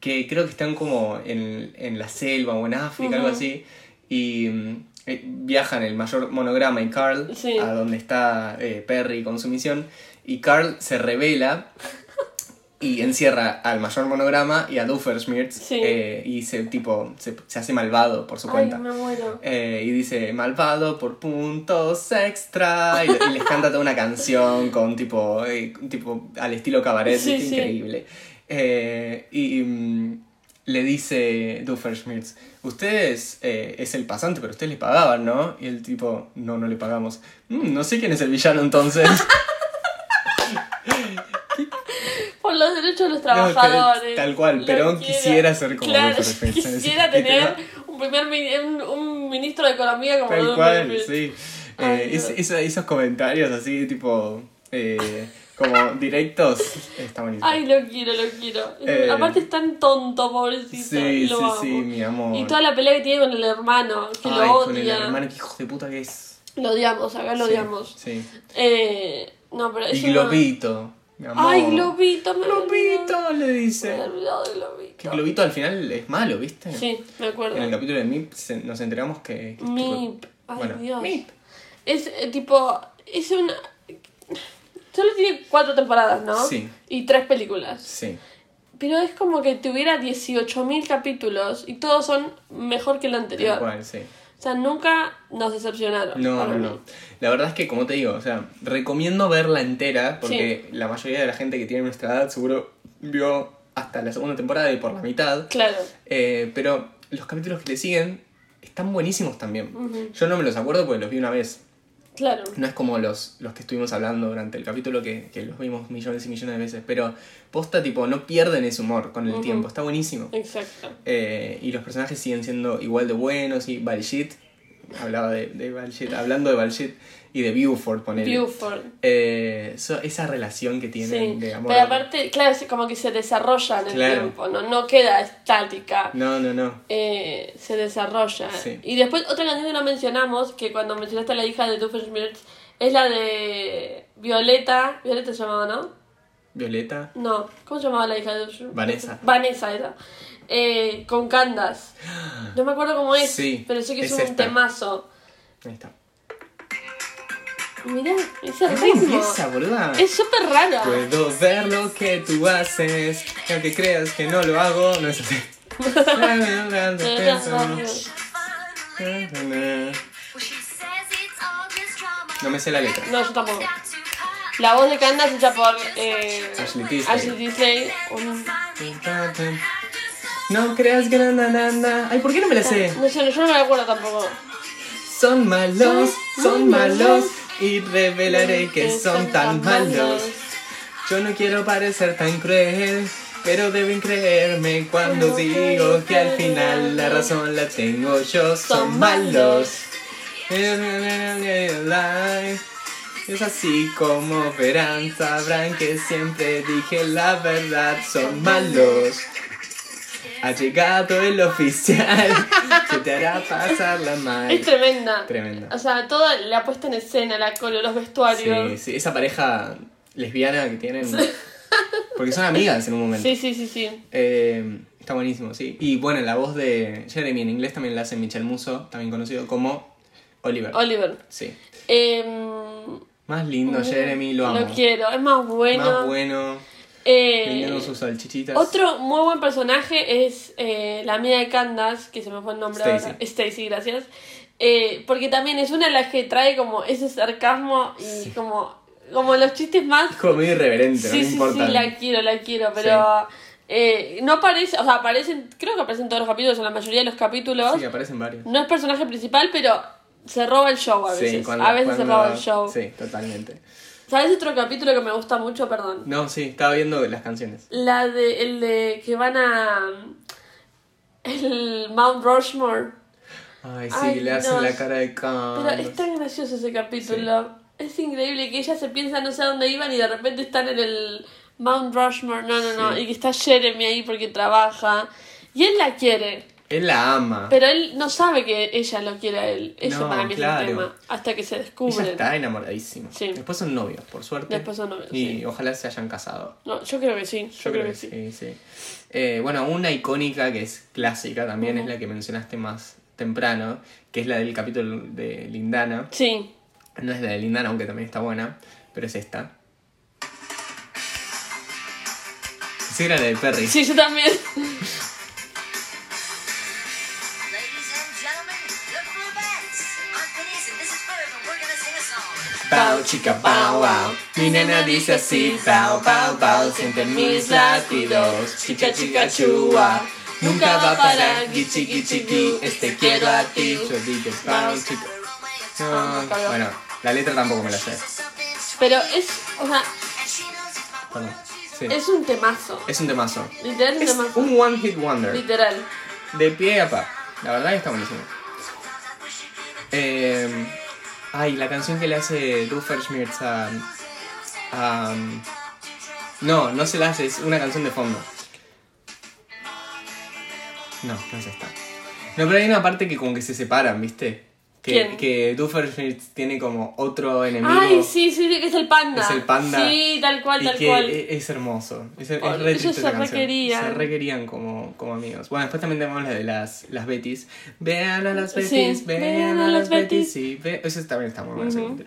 A: que creo que están como en, en la selva o en África, algo
B: Ujú.
A: así, y mm, eh, viajan el mayor monograma y Carl
B: Sí.
A: a donde está eh, Perry con su misión, y Carl se revela y encierra al mayor monograma y a Doofenshmirtz
B: Sí.
A: eh, y se tipo se, se hace malvado por su
B: Ay,
A: cuenta
B: me muero.
A: Eh, y dice malvado por puntos extra y, le- y les canta toda una canción con tipo eh, tipo al estilo cabaret
B: Sí,
A: ¿viste?
B: sí.
A: increíble Eh, y mm, le dice Doofenshmirtz ustedes eh, es el pasante pero ustedes le pagaban no y el tipo no no le pagamos "Mm, no sé quién es el villano entonces
B: Por los derechos de los
A: No, tal-
B: trabajadores.
A: tal cual,
B: Lo
A: Perón
B: quiero.
A: quisiera ser como
B: Claro,
A: Luis Perfecto,
B: Quisiera
A: así que
B: tener
A: te
B: un primer mi- un, un ministro de economía como
A: Tal
B: Luis
A: cual,
B: Perfecto.
A: sí.
B: Ay,
A: Eh, es-
B: Dios.
A: esa- esos comentarios así, tipo. eh, como directos. Está buenísimo.
B: Ay, lo quiero, lo quiero.
A: Eh.
B: Aparte es tan tonto, pobrecito.
A: sí,
B: lo
A: sí,
B: amo.
A: sí, mi amor.
B: Y toda la pelea que tiene con el hermano, que
A: Ay,
B: lo
A: con el
B: odia.
A: hermano, que hijo de puta que es.
B: Lo odiamos, acá lo
A: Sí,
B: odiamos.
A: Sí.
B: Eh, no, pero es
A: Y
B: una-
A: Globito. Mi amor.
B: Ay, Globito, me
A: Globito, le
B: Me había
A: dice.
B: olvidado de Globito.
A: Que Globito al final es malo, ¿viste?
B: Sí, me acuerdo.
A: En el capítulo de MIP se- nos enteramos que. que-
B: Mip. Ay,
A: Bueno,
B: Dios.
A: Mip.
B: Es eh, tipo. Es una. Solo tiene cuatro temporadas, ¿no?
A: Sí.
B: Y tres películas.
A: Sí.
B: Pero es como que tuviera 18.000 capítulos y todos son mejor que el
A: Tal
B: anterior.
A: cual, sí.
B: O sea, nunca nos decepcionaron.
A: No,
B: para
A: no,
B: mí.
A: no. La verdad es que, como te digo, o sea, recomiendo verla entera porque la mayoría de la gente que tiene nuestra edad seguro vio hasta la segunda temporada y por la mitad.
B: Claro.
A: Eh, pero los capítulos que le siguen están buenísimos también.
B: Mm.
A: Yo no me los acuerdo porque los vi una vez.
B: Claro.
A: No es como los, los que estuvimos hablando durante el capítulo que, que los vimos millones y millones de veces. Pero posta, tipo, no pierden ese humor con el tiempo. Está buenísimo.
B: Exacto.
A: Eh, y los personajes siguen siendo igual de buenos y Balshit, hablaba de, de Balshit, hablando de Balshit y de Buford, ponele.
B: Buford.
A: Eh, so- esa relación que tienen
B: Sí.
A: de amor.
B: Pero aparte, claro, es como que se desarrolla en el
A: Claro.
B: tiempo, ¿no? No queda estática.
A: No, no, no.
B: eh, se desarrolla.
A: Sí.
B: Y después otra canción que no mencionamos, que cuando mencionaste a la hija de Doofenshmirtz, es la de Violeta. Violeta se llamaba, ¿no?
A: Violeta.
B: No, ¿cómo se llamaba la hija de Doofenshmirtz?
A: Vanessa.
B: Vanessa, esa. Eh, con Candas. No me acuerdo cómo es,
A: Sí,
B: pero sé que
A: es
B: es, un
A: esta.
B: temazo.
A: Ahí está.
B: Mirá, ese
A: ¿Cómo
B: ritmo.
A: empieza, boluda?
B: Es súper raro.
A: Puedo ver lo que tú haces, y aunque creas que no lo hago, no es así. Pues, No me sé la letra.
B: No, yo tampoco. La voz de Candas hecha por eh,
A: Ashley Tisdale.
B: Ashley Tisdale, un-
A: No creas que na na na na. Ay, ¿por qué no me la sé?
B: No sé, yo no me acuerdo tampoco.
A: Son malos, son malos y revelaré que son tan malos. Yo no quiero parecer tan cruel, pero deben creerme cuando digo que al final la razón la tengo yo. Son malos. Es así como verán, sabrán que siempre dije la verdad, son malos. Ha llegado el oficial que te hará pasarla mal.
B: Es tremenda.
A: Tremenda.
B: O sea, toda la puesta en escena, la color, los
A: Sí,
B: vestuarios.
A: sí, esa pareja lesbiana que tienen. Porque son amigas en un momento.
B: Sí, sí, sí, sí.
A: Eh, está buenísimo, sí. Y bueno, la voz de Jeremy en inglés también la hace Michel Musso, también conocido como Oliver.
B: Oliver.
A: sí.
B: Em,
A: Más lindo Jeremy, lo amo.
B: Lo quiero, es más bueno.
A: Más bueno,
B: Eh,
A: vendiendo sus salchichitas.
B: otro muy buen personaje es eh, la amiga de Candace, que se me fue el nombre ahora.
A: Stacy.
B: Stacy, gracias. Eh, porque también es una de las que trae como ese sarcasmo y como, como los chistes más
A: Como medio irreverente, no
B: Sí,
A: me
B: sí,
A: importa.
B: sí, la quiero, la quiero, pero eh, no aparece, o sea, aparecen, creo que aparecen todos los capítulos, en la mayoría de los capítulos.
A: Sí, aparecen varios.
B: No es personaje principal, pero se roba el show a veces.
A: Sí, cuando-
B: a veces se
A: cuando-
B: roba el show.
A: Sí, totalmente.
B: ¿Sabes otro capítulo que me gusta mucho? Perdón.
A: No, sí, estaba viendo las canciones.
B: La de, el de que van a... El Mount Rushmore.
A: Ay, sí,
B: Ay,
A: le hacen
B: no,
A: la cara de
B: Pero este-
A: Carlos.
B: es tan gracioso ese capítulo. Es increíble que ellas se piensan no sé a dónde iban y de repente están en el Mount Rushmore. No, no, no.
A: Sí.
B: Y que está Jeremy ahí porque trabaja. Y él la quiere.
A: Él la ama.
B: Pero él no sabe que ella lo quiere a él. Eso
A: Ah. No,
B: para mí
A: claro.
B: es el tema. Hasta que se
A: Ella
B: descubren.
A: está enamoradísima.
B: Sí.
A: Después son novios, por suerte.
B: Después son novios,
A: Y
B: sí.
A: ojalá se hayan casado.
B: No, yo creo que sí. Yo, creo, que, sí.
A: sí. Eh, bueno, una icónica que es clásica también es la que mencionaste más temprano, que es la del capítulo de Lindana.
B: Sí.
A: No es la de Lindana, aunque también está buena, pero es esta. Sí, era la de Perry.
B: Sí, yo también.
C: Ladies and gentlemen, the Bluebettes. I'm Denise and this is Ferb and we're gonna sing a song.
A: Pau, chica, pau, wow. Mi nena dice así, pau, pau, pau. Siente mis latidos, chica, chica, chua. Nunca va a parar, guichi, guichi, gui. Este quiero a ti, yo digo, pau, chica.
C: We're romantic.
A: Ah, Bueno, la letra tampoco me la sé.
B: Pero es, o sea,
C: And she knows it's my
A: Perdón. Sí.
B: es un temazo.
A: Es un temazo.
B: Literal es
A: Es
B: un temazo.
A: un one hit wonder.
B: Literal.
A: De pie a pa. La verdad que está buenísimo. Em, Eh, ay, la canción que le hace Duffer Schmirtz a, a- No, no se la hace, es una canción de fondo. No, no es esta. No, pero hay una parte que como que se separan, ¿viste? Que,
B: ¿Quién?
A: que Doofenshmirtz tiene como otro enemigo.
B: Ay, sí, sí, sí, que es el panda.
A: Es el panda.
B: Sí, tal cual,
A: y
B: tal
A: que
B: cual.
A: e- Es hermoso. Es, es
B: Ay,
A: re
B: ellos
A: triste
B: se
A: esa canción.
B: requerían.
A: Se requerían como, como amigos. Bueno, después también tenemos la de las, las Betis. Vean a las
B: Sí,
A: Betis, vean a las Betis. Sí, ve... Esa también está muy buena esa
B: Ujú.
A: intro.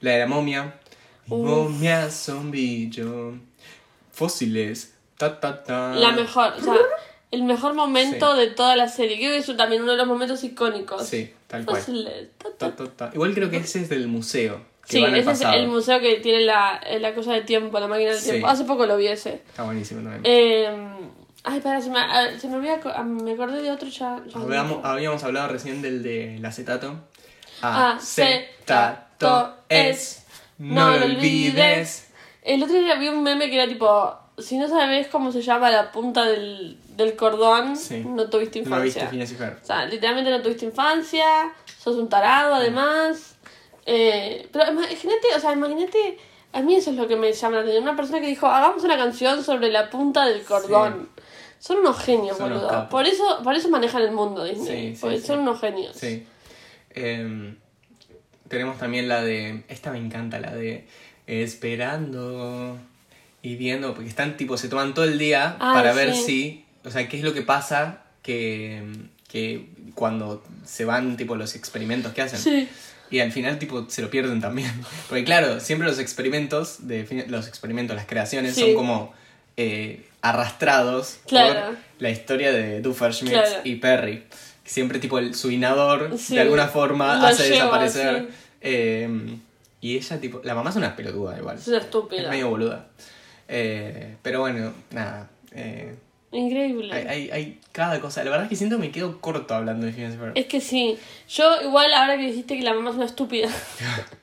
A: La de la momia. Mi
B: Uf.
A: Momia, zombillo. Fósiles. Ta, ta, ta.
B: La mejor, o sea, el mejor momento de toda la serie. Creo que es también uno de los momentos icónicos.
A: Sí, tal cual.
B: Fósiles, ta,
A: Ta,
B: ta,
A: ta, ta. Igual creo que ese es del museo. Que
B: Sí,
A: van al
B: ese es
A: pasado.
B: el museo que tiene la, eh, la cosa de tiempo, la máquina del
A: Sí.
B: tiempo. Hace poco lo vi ese.
A: Está buenísimo también.
B: Eh, ay, para, se me, ah, se me olvida, co- ah, me acordé de otro ya. ya no me
A: Hablamos- ah,
B: acuerdo.
A: habíamos hablado recién del del acetato.
B: Ah, Acetato es, no lo olvides. El otro día vi un meme que era tipo, si no sabes cómo se llama la punta del, del cordón,
A: Sí.
B: no tuviste
A: No viste
B: infancia.
A: Phineas y Ferb.
B: o sea, literalmente no tuviste infancia, sos un tarado además. Eh, pero imagínate, o sea, imagínate, a mí eso es lo que me llama la atención. Una persona que dijo, hagamos una canción sobre la punta del cordón. Son unos genios,
A: Son unos
B: boludo.
A: capos.
B: por, eso, por eso manejan el mundo Disney.
A: Sí, sí,
B: porque
A: sí.
B: Son unos genios.
A: Sí. Em, tenemos también la de. Esta me encanta, la de. Esperando y viendo, porque están tipo, se toman todo el día
B: Ay,
A: para ver
B: sí.
A: si. O sea, qué es lo que pasa que. em, que cuando se van tipo los experimentos que hacen.
B: Sí.
A: Y al final, tipo, se lo pierden también. Porque claro, siempre los experimentos, de fin- los experimentos, las creaciones,
B: Sí.
A: son como eh, arrastrados
B: Claro.
A: por la historia de Doofenshmirtz
B: Claro.
A: y Perry. Que Siempre, tipo, el, su inador,
B: Sí.
A: de alguna forma,
B: Lo
A: hace
B: lleva,
A: desaparecer.
B: sí.
A: Eh, y ella, tipo, la mamá es una pelotuda igual.
B: Es una estúpida.
A: Es medio boluda. Eh, pero bueno, nada. eh,
B: Increíble.
A: hay, hay, hay cada cosa. La verdad es que siento que me quedo corto hablando de Phineas y Ferb.
B: Es que sí. Yo igual ahora que dijiste que la mamá es una estúpida,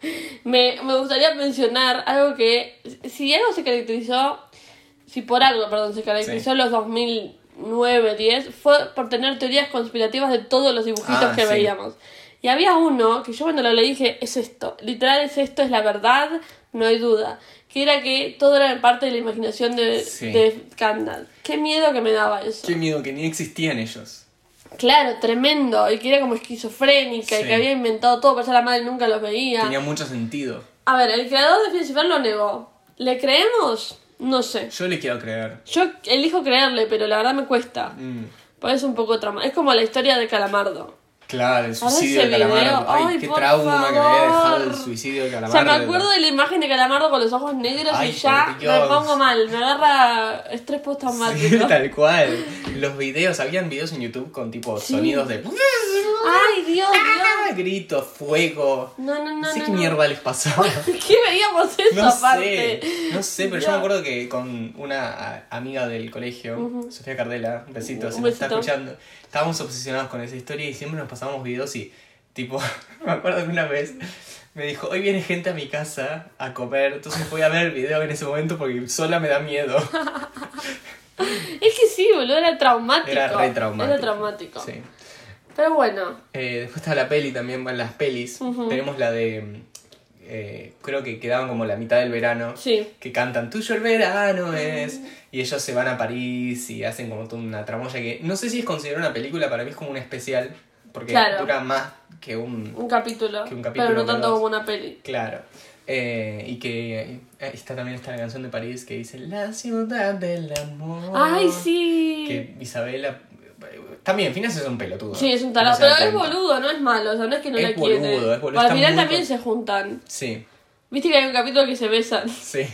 B: me, me gustaría mencionar algo que, si algo se caracterizó, si por algo, perdón, se caracterizó los 2009, 10, fue por tener teorías conspirativas de todos los dibujitos
A: Ah,
B: que
A: sí.
B: veíamos. Y había uno que yo cuando lo leí dije, es esto, literal es esto, es la verdad, no hay duda. Que era que todo era parte de la imaginación de,
A: Sí.
B: de Gandalf. Qué miedo que me daba eso.
A: Qué miedo, que ni existían ellos.
B: Claro, tremendo. Y que era como esquizofrénica y
A: Sí.
B: que había inventado todo, pero ya la madre nunca los veía.
A: Tenía mucho sentido.
B: A ver, el creador de Phineas y Ferb lo negó. ¿Le creemos? No sé.
A: Yo le quiero creer.
B: Yo elijo creerle, pero la verdad me cuesta.
A: Mm,
B: Pues es un poco trauma. Es como la historia de Calamardo.
A: Claro, el
B: Ahora
A: suicidio
B: ese
A: de Calamardo.
B: video,
A: Ay,
B: ay,
A: qué
B: por
A: trauma que me había dejado el
B: favor.
A: suicidio de
B: O
A: Calamardo.
B: sea, me acuerdo de la imagen de Calamardo con los ojos negros
A: Ay,
B: y ya
A: por Dios.
B: me pongo mal. Me agarra estrés
A: Sí,
B: postraumático.
A: tal cual. Los videos, habían videos en YouTube con tipo
B: Sí.
A: sonidos de
B: Ay, Dios, Dios.
A: ¡Ah! gritos, fuego.
B: No, no, no.
A: No sé
B: no,
A: qué
B: no.
A: mierda les pasaba.
B: ¿Qué veíamos eso
A: No
B: aparte?
A: sé, no sé, pero yo me acuerdo que con una a- amiga del colegio, Sofía Cardela, un besito, si
B: Un
A: nos está
B: besito.
A: escuchando, estábamos obsesionados con esa historia y siempre nos pasábamos videos y, tipo, me acuerdo que una vez me dijo, hoy viene gente a mi casa a comer, entonces voy a ver el video en ese momento porque sola me da miedo.
B: Es que sí, boludo, era traumático.
A: Era re traumático.
B: Era traumático.
A: Sí.
B: Pero bueno,
A: Eh, después está la peli también, van las pelis. Tenemos la de... eh, creo que quedaban como la mitad del verano.
B: sí.
A: que cantan Tuyo el verano es. Y ellos se van a París y hacen como toda una tramoya que no sé si es considerada una película, para mí es como un especial, porque
B: Claro.
A: dura más que un.
B: Un capítulo.
A: Que un capítulo,
B: pero
A: pero
B: no tanto
A: dos.
B: como una peli.
A: Claro. Eh, y que eh, está también está la canción de París que dice La ciudad del amor.
B: ¡Ay, sí!
A: Que Isabela. eh, También, Finas es un pelotudo.
B: Sí, es un
A: que no
B: tarado.
A: se
B: Pero
A: da
B: es
A: cuenta.
B: boludo, no es malo. O sea, no es que no
A: Es
B: la quiere.
A: boludo, es boludo,
B: Al
A: está
B: final
A: muy
B: también
A: con-
B: se juntan.
A: Sí,
B: Viste que hay un capítulo que se besan.
A: sí.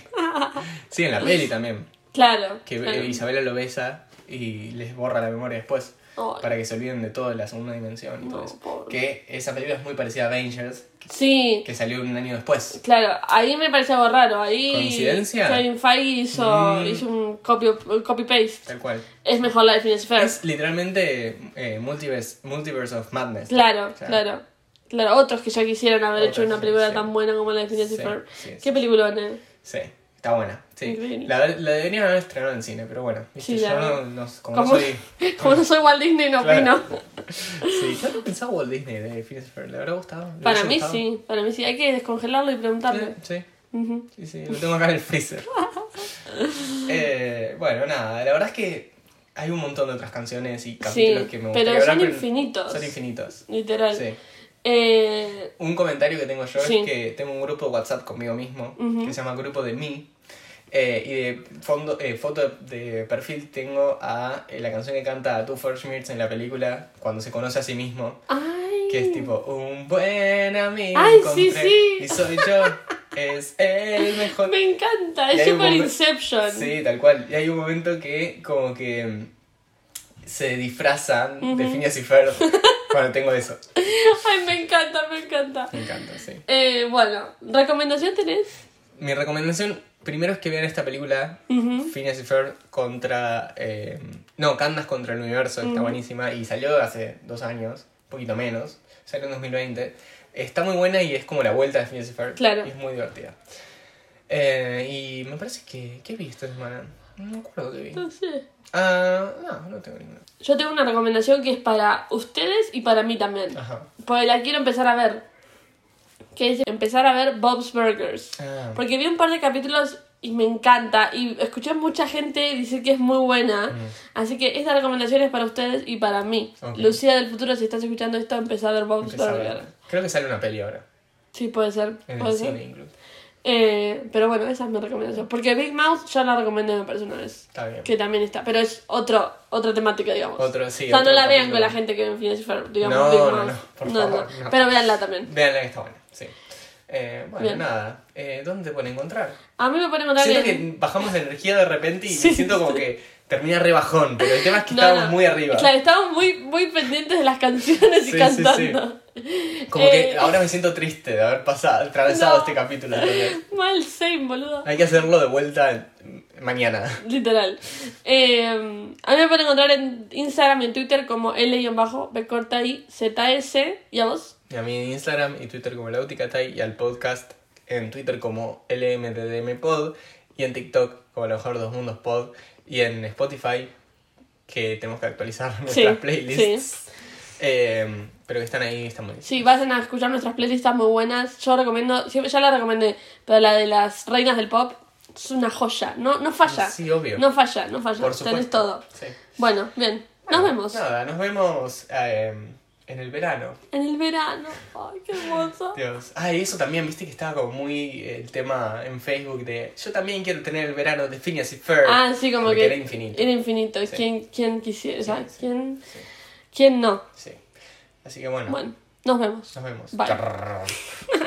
A: Sí, en la peli también.
B: Claro.
A: Que
B: claro.
A: eh, Isabela lo besa y les borra la memoria después.
B: Ay.
A: Para que se olviden de todo de la segunda dimensión. y todo
B: No,
A: eso.
B: pobre.
A: Que esa película es muy parecida a Avengers,
B: Sí.
A: que salió un año después.
B: Claro, ahí me parece algo raro. Ahí.
A: ¿Coincidencia?
B: Kevin Feige hizo,
A: Mm.
B: hizo un copy-paste.
A: Tal cual.
B: es mejor la de Phineas y Ferb.
A: Es literalmente eh, multiverse, multiverse of Madness.
B: Claro,
A: O sea,
B: claro. Claro, otros que ya quisieran haber
A: Otros
B: hecho una
A: que-
B: película
A: sí.
B: tan buena como la de Phineas y
A: Sí,
B: Ferb.
A: sí, sí.
B: Qué peliculón, eh.
A: Sí, está buena. Sí.
B: Increíble.
A: La, la deberían haber estrenado en cine, pero bueno. viste,
B: Sí,
A: yo
B: la-
A: no, no- como no
B: Como,
A: soy.
B: como no soy Walt Disney, no
A: Claro.
B: opino.
A: Sí, yo no pensaba Walt Disney de Phineas y Ferb. ¿Le habrá gustado? ¿Le
B: Para
A: hubiese
B: mí
A: gustado?
B: sí, para mí sí. Hay que descongelarlo y preguntarle.
A: Sí.
B: Nada, Ujú.
A: Sí, sí, lo tengo acá en el freezer. Eh, bueno, nada, la verdad es que hay un montón de otras canciones y capítulos
B: Sí,
A: que me
B: pero
A: gustaría hablar,
B: son infinitos.
A: Son infinitos.
B: Literal.
A: Sí.
B: Eh,
A: Un comentario que tengo yo
B: Sí.
A: es que tengo un grupo de WhatsApp conmigo mismo
B: Ujú.
A: que se llama Grupo de Mí. eh, y de fondo, eh, foto de, de perfil tengo a eh, la canción que canta Two Schmitz en la película cuando se conoce a sí mismo.
B: ay.
A: Que es tipo, un buen amigo
B: Ay, sí,
A: encontré
B: sí.
A: y soy yo, es el mejor.
B: Me encanta,
A: Y
B: es
A: hay un
B: super
A: momen-
B: Inception.
A: Sí, tal cual. Y hay un momento que como que mm, se disfrazan de Phineas y Ferb. bueno, tengo eso.
B: Ay, me encanta, me encanta.
A: Me encanta, sí.
B: Eh, bueno, ¿recomendación tenés?
A: Mi recomendación primero es que vean esta película, Phineas y Ferb contra... eh, no, Candace contra el universo, está buenísima. Y salió hace dos años, un poquito menos. Salió en 2020. Está muy buena y es como la vuelta de Phineas y Ferb.
B: Claro.
A: Y es muy divertida. Eh, y me parece que... ¿Qué vi esta semana? No me acuerdo qué vi.
B: No sé.
A: Ah, no, no tengo ninguna.
B: Yo tengo una recomendación que es para ustedes y para mí también.
A: Ajá.
B: Porque la quiero empezar a ver. Que es empezar a ver Bob's Burgers.
A: Ah.
B: Porque vi un par de capítulos y me encanta. Y escuché a mucha gente decir que es muy buena. Así que esta recomendación es para ustedes y para mí.
A: Mm. Ok.
B: Lucía del futuro, si estás escuchando esto, empezá a ver Bob's
A: Empezá a ver.
B: Burgers.
A: Creo que sale una peli ahora.
B: Sí, puede ser.
A: En
B: puede
A: el
B: ser.
A: cine incluso.
B: Eh, pero bueno, esa es mi recomendación. Porque Big Mouth ya la recomendé, me parece, una vez.
A: Está bien.
B: Que también está. Pero es otro, otra temática, digamos.
A: Otro, sí,
B: O sea,
A: otro
B: no la vean
A: capítulo.
B: con la gente que ve Phineas y Ferb, digamos.
A: No,
B: Big
A: no,
B: Mouth.
A: no, por favor, no.
B: Pero véanla también.
A: Veanla que está buena, sí. Eh, bueno,
B: Bien.
A: nada. Eh, ¿Dónde te pueden encontrar?
B: A mí me pone contar
A: siento
B: bien.
A: que bajamos de energía de repente y
B: Sí.
A: me siento como que termina rebajón, pero el tema es que
B: No,
A: estábamos
B: no.
A: muy arriba.
B: Claro, estábamos muy, muy pendientes de las canciones y
A: Sí, sí,
B: cantando.
A: Como
B: Eh,
A: que ahora me siento triste de haber pasado, atravesado
B: No.
A: este capítulo. ¿entendés?
B: Mal same, boludo.
A: Hay que hacerlo de vuelta mañana.
B: Literal. Eh, a mí me pueden encontrar en Instagram y en Twitter como L-B corta I ZS. ¿Y a vos?
A: Y a mí en Instagram y Twitter como Lauticatai y al podcast en Twitter como LMDDMPod y en TikTok como a lo mejor dos mundos pod y en Spotify que tenemos que actualizar nuestras playlists.
B: Sí.
A: Eh, pero que están ahí, están muy
B: Sí, vayan a escuchar nuestras playlists muy buenas. Yo recomiendo, siempre ya la recomendé, pero la de las reinas del pop es una joya. No, no falla.
A: Sí, obvio.
B: No falla, no falla.
A: Por supuesto.
B: Tenés todo.
A: Sí.
B: Bueno, bien. Nos
A: Bueno,
B: vemos.
A: Nada, nos vemos eh, en el verano.
B: En el verano. Ay, qué hermoso.
A: Dios. Ah, y eso también, viste que estaba como muy eh, el tema en Facebook de yo también quiero tener el verano de Phineas y Ferb.
B: Ah, sí, como
A: Porque
B: que.
A: era infinito.
B: Era infinito.
A: Sí.
B: ¿Quién, quién quisiera? o sea,
A: Sí, sí,
B: ¿quién,
A: sí.
B: ¿Quién no?
A: Sí. Así que bueno,
B: Bueno, nos vemos.
A: nos vemos.
B: Bye.
A: Chao.